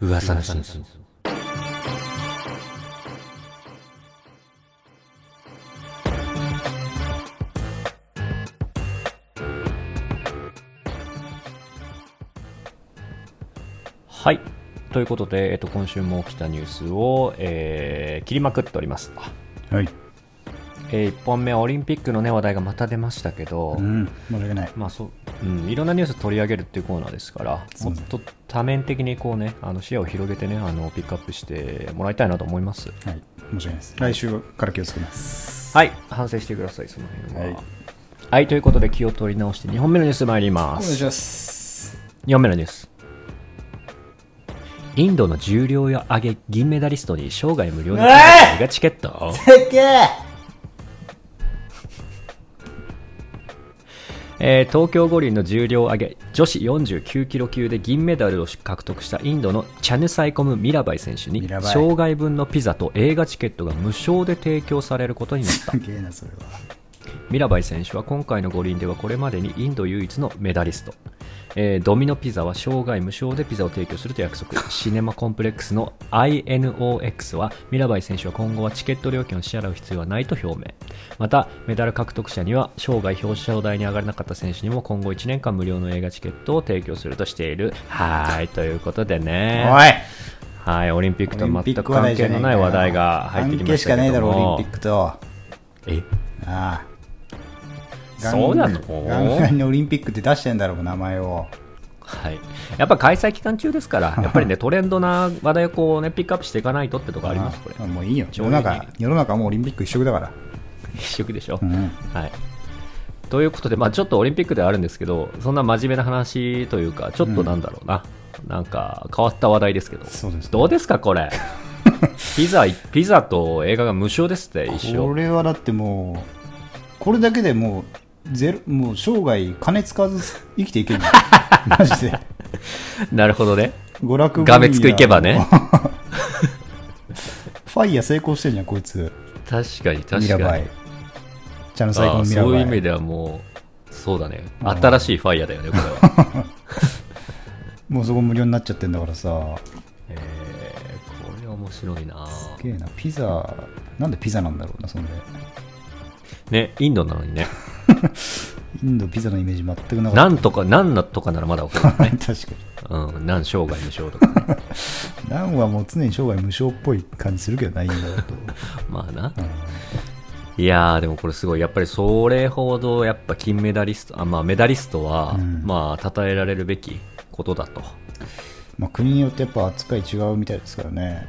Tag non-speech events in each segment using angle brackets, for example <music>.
噂の真相はい。ということで、えっと、今週も起きたニュースを、えー切りまくっております。あはい。え1本目はオリンピックの、ね、話題がまた出ましたけど、うん。申し訳ない。まあそううん、いろんなニュース取り上げるっていうコーナーですから、うもねっと多面的にこう、ね、あの視野を広げて、ね、あのピックアップしてもらいたいなと思います。はい。申し訳ないです。来週から気をつけます。はい、反省してください、その辺は。ははいい、ということで気を取り直して2本目のニュース参りまおす。ます。 2本目のニュース。インドの重量挙げ銀メダリストに生涯無料のがチケットえー東京五輪の重量挙げ女子49キロ級で銀メダルを獲得したインドのチャヌサイコム・ミラバイ選手にミラバイ生涯分のピザと映画チケットが無償で提供されることになったすげえな、それは。ミラバイ選手は今回の五輪ではこれまでにインド唯一のメダリスト、えードミノピザは生涯無償でピザを提供すると約束シネマコンプレックスの INOX はミラバイ選手は今後はチケット料金を支払う必要はないと表明またメダル獲得者には生涯表彰台に上がれなかった選手にも今後1年間無料の映画チケットを提供するとしているはーいということでねいはいオリンピックとはオリンピッ全くク話関題じゃ係ねのえかない話題が入ってきました関係しかねけえだどろ、もオリンピックと。あえあ。そうなのガンガンにオリンピックって出してんだろう、名前を。はい、やっぱ開催期間中ですから、やっぱりね、トレンドな話題をこう、ね、ピックアップしていかないとってとこあります、これあ、もういいよ。ち世ょうのどいい中、世の中はもうオリンピック一色だから。一色でしょ。うん。はいということで、まあ、ちょっとオリンピックではあるんですけど、そんな真面目な話というか、ちょっとなんだろうな、なんか変わった話題ですけど、そうですどうですか、<laughs> これ、ピザピザと映画が無償ですって、一こ生。れはだってもう、これだけでもう、ゼロ、もう生涯金使わず生きてい <laughs> けるのマジで。なるほどね、娯楽分野がめつくいけばね。 <laughs> ファイヤー成功してんじゃん、こいつ。確かに、ミ確ラバかイに。。チャンあス最高のーミラそバういイ。う意味ではもう、そうだね、あー新しいファイヤーだよね、これは。 <laughs> もうそこ無料になっちゃってんだからさ。えー、これ面白いなすげえな、ピザ、なんでピザなんだろうな、そんで。ね、インドなの <laughs> にね。インドピザのイメージ全くなかなっんとか、なんなとかならまだ <laughs> わかるた。確かに。うん、なん生涯無償と <laughs> か、ね。ナンはもう常に生涯無償っぽい感じするけどな、インドだ <laughs> と。まあなう。んいやー、でもこれすごい。やっぱりそれほど、やっぱ金メダリスト、あ、まあメダリストは、うんまあ、称えられるべきことだと。まあ、国によってやっぱ扱い違うみたいですからね。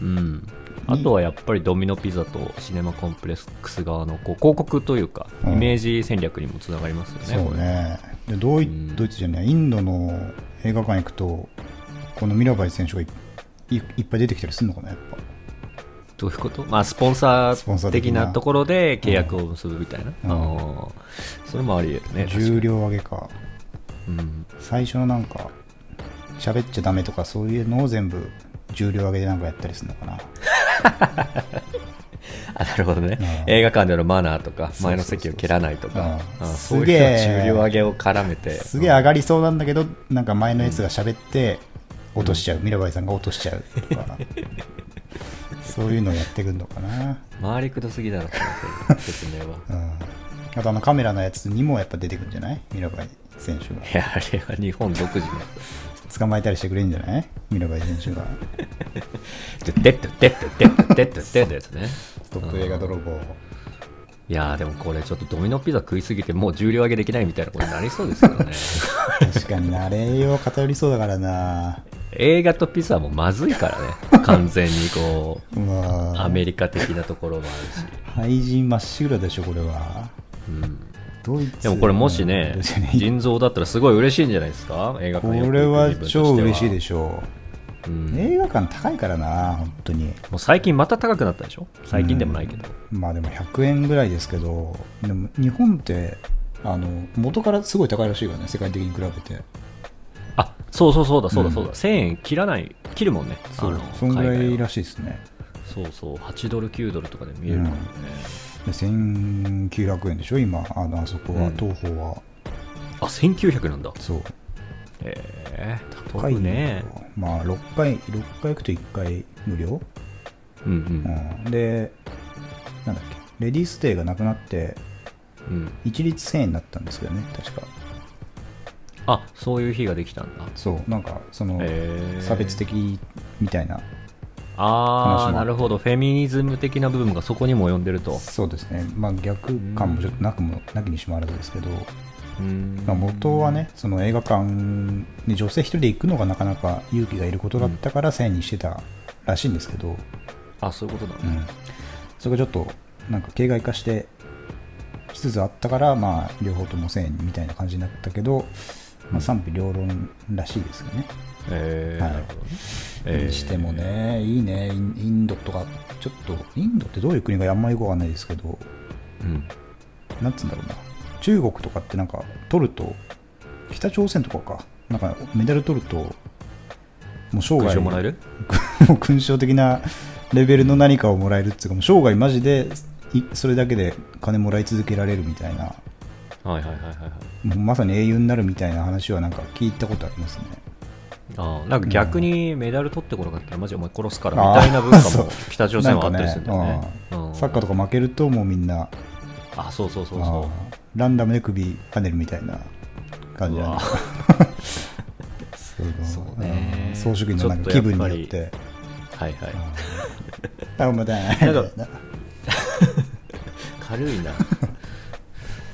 うん。あとはやっぱりドミノピザとシネマコンプレックス側のこう広告というか、うんイメージ戦略にもつながりますよね。そこうれね。でドイうんドイツじゃない、インドの映画館行くと、このミラバイ選手がいいいっぱい出てきたりするのかな、やっぱ。どういうことまあ、スポンサスポンサーー的的ななところで契約を結ぶみたいな。うんあーそれもあり得るね。重量上げか。確かにうん最初のなんか、喋っちゃダメとか、そういうのを全部重量上げでなんかやったりするのかな。あなるほどね、うん映画館でのマナーとかそうそうそう前の席を蹴らないとかうんあすそうげいうえ人は重量上げを絡めてすげえ上がりそうなんだけど、なんか前のやつが喋って、落としちゃう、ミラバイさんが落としちゃうとか、そういうのをやってくんのかな。回りくどすぎだろその説明は <laughs> うん、あとあのカメラのやつにもやっぱ出てくるんじゃないミラバイ選手が。いやあれは日本独自の捕まえたりしてくれるんじゃないミラバイ選手が。 「でってでってでってでってでって」ですねストップ映画泥棒。いやーでもこれちょっとドミノピザ食いすぎてもう重量上げできないみたいなことになりそうですよ <laughs> ね確かにな、あれは偏りそうだからな。映画とピザもまずいからね完全にこうまアあ、メリカ的なところもあるし、廃人まっしぐらでしょ、これは。うん、ドイツでもこれもしねドイツじゃない腎臓だったらすごい嬉しいんじゃないですか映画こ館にれは超嬉しいでししょょ、う。うん映画館高いからな、本当に。もう最近また高くなったでしょ最近でもないけど、まあでも100円ぐらいですけど、でも日本って、あの元からすごい高いらしいからね、世界的に比べて。あそうそうそうだそうだそうだ、う1000円切らない切るもんねそあうの、そんぐら海い外はらしいですね。そうそう8ドル9ドルとかで見えるからね、で1900円でしょ、今、あのあそこは、うん東宝は。あ1900なんだそう。えー、高い飛ぶね。まあ6回6回行くと1回無料、うんうんうん、でなんだっけレディースデーがなくなってうん。一律1000円になったんですけどね確かあそういう日ができたんだ。そうなんかそのえー差別的みたいな、あ話あもなるほどフェミニズム的な部分がそこにも及んでるとそうですねまあ逆感もちょっとなくもなきにしもあらずですけど、うーんまあ、元はねその映画館に女性一人で行くのがなかなか勇気がいることだったから1000円にしてたらしいんですけど、あそういうことだうね、ん、それがちょっとなんか形骸化してしつつあったから、まあ、両方とも1000円みたいな感じになったけど、まあ、賛否両論らしいですよね。えーはいなるほどねにしてもね、いいね、インインドとか、ちょっと、インドってどういう国があんまよくわかんないですけど、うんなんつうんだろうな、中国とかってなんか、取ると、北朝鮮とかか、なんかメダル取ると、もう生勲涯、章もらえる <laughs> もう勲章的なレベルの何かをもらえるっていうか、もう生涯マジで、いそれだけで金もらい続けられるみたいな、はいはいはいはいはいもうまさに英雄になるみたいな話はなんか聞いたことありますね。あーなんか逆にメダル取ってこなかったらマジお前殺すからあーみたいな文 <laughs> 化そうも北朝鮮はあったりするんだよなんねかねうんサッカーとか負けるともうみんな、あそうそうそうあそーランダムで首跳ねるみたいな感うじうなんわだ。 <laughs> そのそうねうん装飾品のなんか気分によっちょて。はいはい頼むだね。なんか <laughs> 軽いない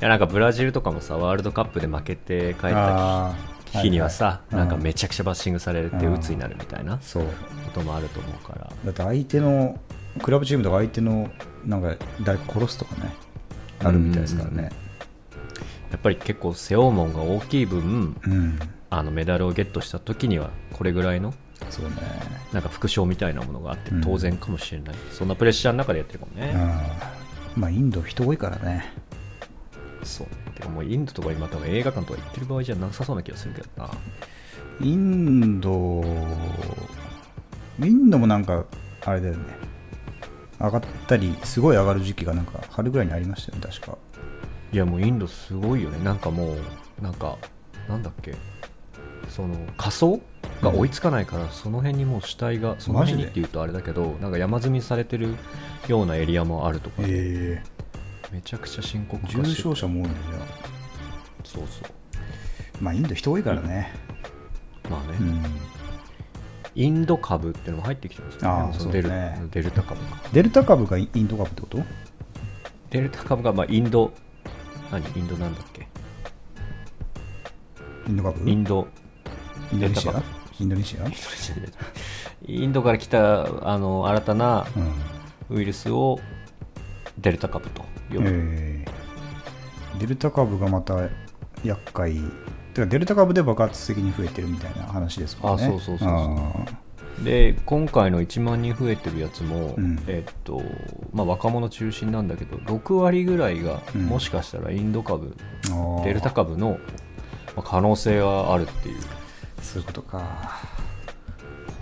やなんかブラジルとかもさワールドカップで負けて帰ったあー日にはさ、いはいなんかめちゃくちゃバッシングされてうん鬱になるみたいなこそう。ともあると思うからだって相手の、クラブチームとか相手の、なんか誰か殺すとかね、あるみたいですからね。やっぱり結構背負うもんが大きい分うん。あのメダルをゲットした時にはこれぐらいのそうね。なんか副賞みたいなものがあってうん当然かもしれない、そんなプレッシャーの中でやってるかもうね、ん。まあ、インド人多いからね。そうてかもうインドとか今多分映画館とか行ってる場合じゃなさそうな気がするけどなインド、インドもなんか、あれだよね。上がったり、すごい上がる時期がなんか春ぐらいにありましたよね、確か。いやもうインドすごいよねなんかもうなんかなんだっけその仮想が追いつかないから、その辺にもう死体がその辺にマっジてでいうとあれだけどなんか山積みされてるようなエリアもあるとか、えめちゃくちゃ深刻え化して重る症者も多いんだよ。そうそうまあ、インド人多いからね。まあね、うんインド株っていうのも入ってきてますよねああそのデルそうねデルタ株がデルタ株がインド株ってことデルタ株がまあインド何インドなんだっけインド株イインド <laughs> ンドネシデアルタインドネシア、うん、インドから来たあの新たなウイルスをデルタ株と呼ぶ、えーデルタ株がまた厄介てかデルタ株で爆発的に増えてるみたいな話ですもんねあそうそうそうそうあで今回の1万人増えてるやつも、うんえっとまあ、若者中心なんだけど6割ぐらいがうんもしかしたらインド株、ーあーデルタ株のまあ可能性があるっていうそういうことか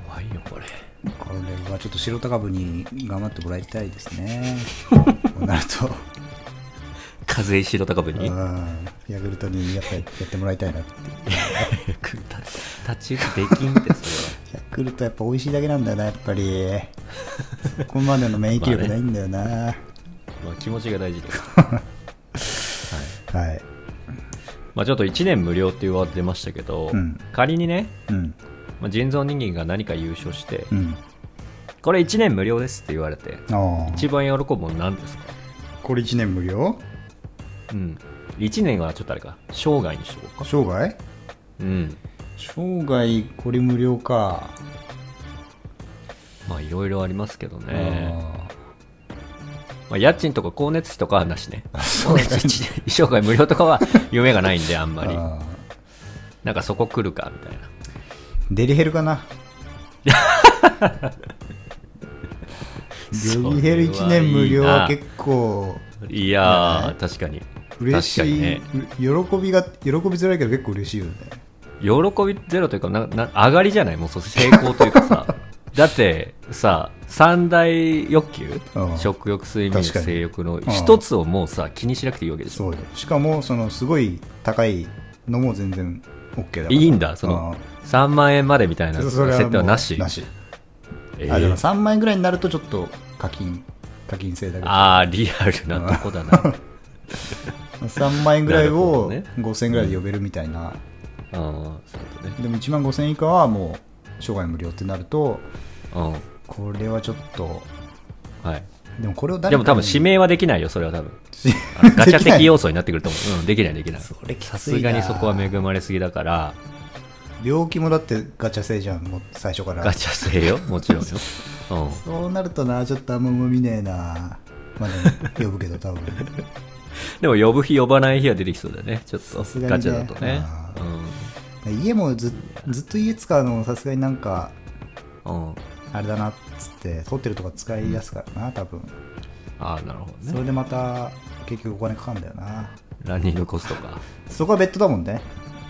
怖いよこれこれはちょっと白タ株に頑張ってもらいたいですね <laughs> こうなると風邪白高部にうんヤクルトにやっぱりやってもらいたいなって立ち打ちできんってそヤクルトやっぱ美味しいだけなんだよなやっぱ <laughs> りそこまでの免疫力ないんだよな、れ <laughs> は、まあ、気持ちが大事ですはいまあ、ちょっと1年無料っていうワード出ましたけど、うん仮にね、うんまあ、人造人間が何か優勝して、うんこれ1年無料ですって言われて、ああ一番喜ぶもの何ですかこれ1年無料うん。1年はちょっとあれか、生涯にしとこうか。生涯うん。生涯これ無料か、まあ、いろいろありますけどね。あまあ、家賃とか光熱費とかはなしね。そ光熱費 <laughs> 一年生涯無料とかは夢がないんで、あんあまり。ああなんかそこ来るか、みたいな。デリヘルか <laughs> なデリヘル1年無料は結構いねやー、確かに。嬉確かしにい、ね。喜びが喜びづらいけど結構嬉しいよね喜びゼロというかなな上がりじゃないもうそう成功というか <laughs> さだってさ三大欲求うん食欲睡眠確かに性欲のん一つをもうさ気にしなくていいわけでしそょうよしかもそのすごい高いのも全然 OK だからいいんだその3万円までみたいなうんそれはもう設定はなしなし、えあでもー3万円ぐらいになるとちょっと課金課金制だけどあーリアルなとこだな、 3万円ぐらいをなる5000円ぐらいで呼べるみたいな、うん、そうだねでも1万5000円以下はもう生涯無料ってなるとうこれはちょっとんはいでもこれを誰でかもに多 <laughs> 分指名はできないよそれは多分しあのガチャ <laughs> できな的い要素になってくると思う、うん、できないできないそれきついなさすがにそこは恵まれすぎだから病気もだってガチャ制じゃんもう最初からガチャ制よもちろん <laughs> よ、うん、そうなるとなちょっとあんま見ねえなまあでも呼ぶけど多分でも呼ぶ日呼ばない日は出てきそうだよねちょっとさすがにねガチャだとねう家もずずっと家使うのもさすがになんかうん、うん、あれだなっつってホテルとか使いやすからな多分ああなるほどそねれでまた結局お金かかるんだよなランニングコストかそこはベッドだもんね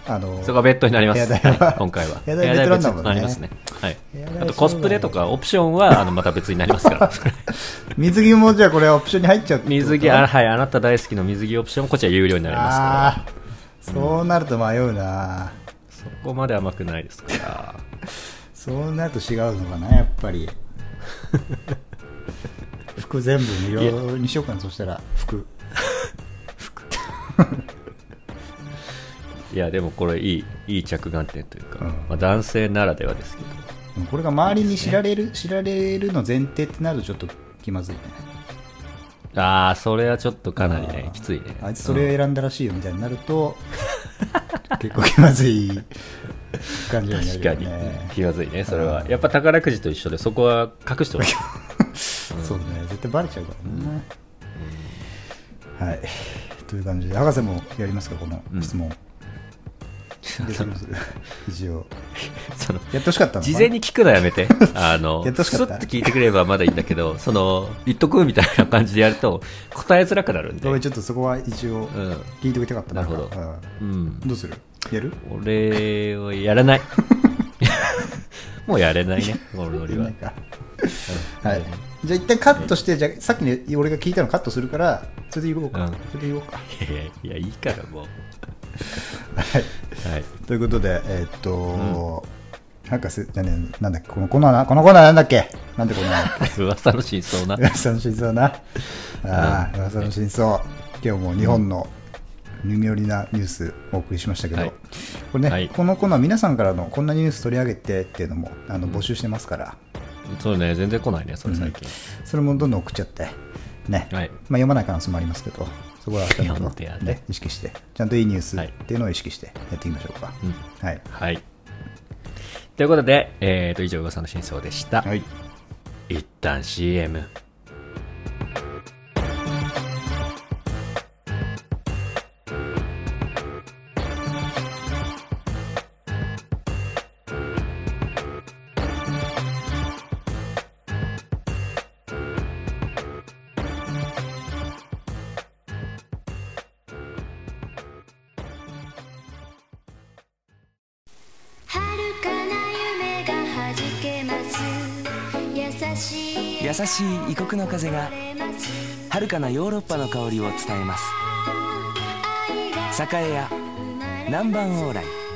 あのそこがベッドになります、部屋代ははい今回は部屋代ベッドなんだもんね部屋代別になりますね、部屋は代い、あとコスプレとかオプションはあのまた別になりますから <laughs> 水着もじゃあこれはオプションに入っちゃうってこと水着あはいあなた大好きの水着オプションもこっちら有料になりますからあーそうなると迷うな、そこまで甘くないですからそうなると違うのかなやっぱ <laughs> り服全部無料にしようかなそしたら服いやでもこれいいいい着眼点というか、うんまあ、男性ならではですけどでもこれが周りに知られる、知られるの前提ってなるとちょっと気まずいねああそれはちょっとかなりねあーきついねあいつそれを選んだらしいよみたいになると、結構気まずい感じにな確るかよにね気まずいねそれはうんやっぱ宝くじと一緒でそこは隠してほ <laughs> しいそうね絶対バレちゃうからね、はいという感じで博士もやりますかこの質 <laughs> 問、できます一応そのやってほしかったのか事な前に聞くのや <laughs> めてあのやってほしスかッったと聞いてくれればまだいいんだけどその言っとくみたいな感じでやると答えづらくなるんでごめんちょっとそこは一応うん聞いておきたかったなるほどうんうんどうするやる俺はやらない <laughs> もうやれないねこのノリやんはないかはいじゃあ一旦カットして、じゃあさっきね俺が聞いたのカットするからそれでいこうか、うんそれでいこうかいやいやいいからもうはいはいということで、えーっと、博士、じゃあね、なんだっけ、このコーナーな、このコーナーなんだっけなんでこのー噂の真相な噂の真相な。ああ、噂の真相。今日も日本の耳寄りなニュースお送りしましたけど、はいこれね、はいこのコーナー皆さんからのこんなニュース取り上げてっていうのもあの募集してますから、そうね全然来ないねそれ最近、それもどんどん送っちゃって、ね、はいまあ、読まない可能性もありますけど、そこはちゃん読んと、でやねれ意識して、ちゃんといいニュースはいっていうのを意識してやっていきましょうか。うんはい。はいということで、えー、と以上噂の真相でした、はい一旦 CM 遥かな夢がはじけます優しい優しい異国の風が遥かなヨーロッパの香りを伝えます栄屋南蛮往来来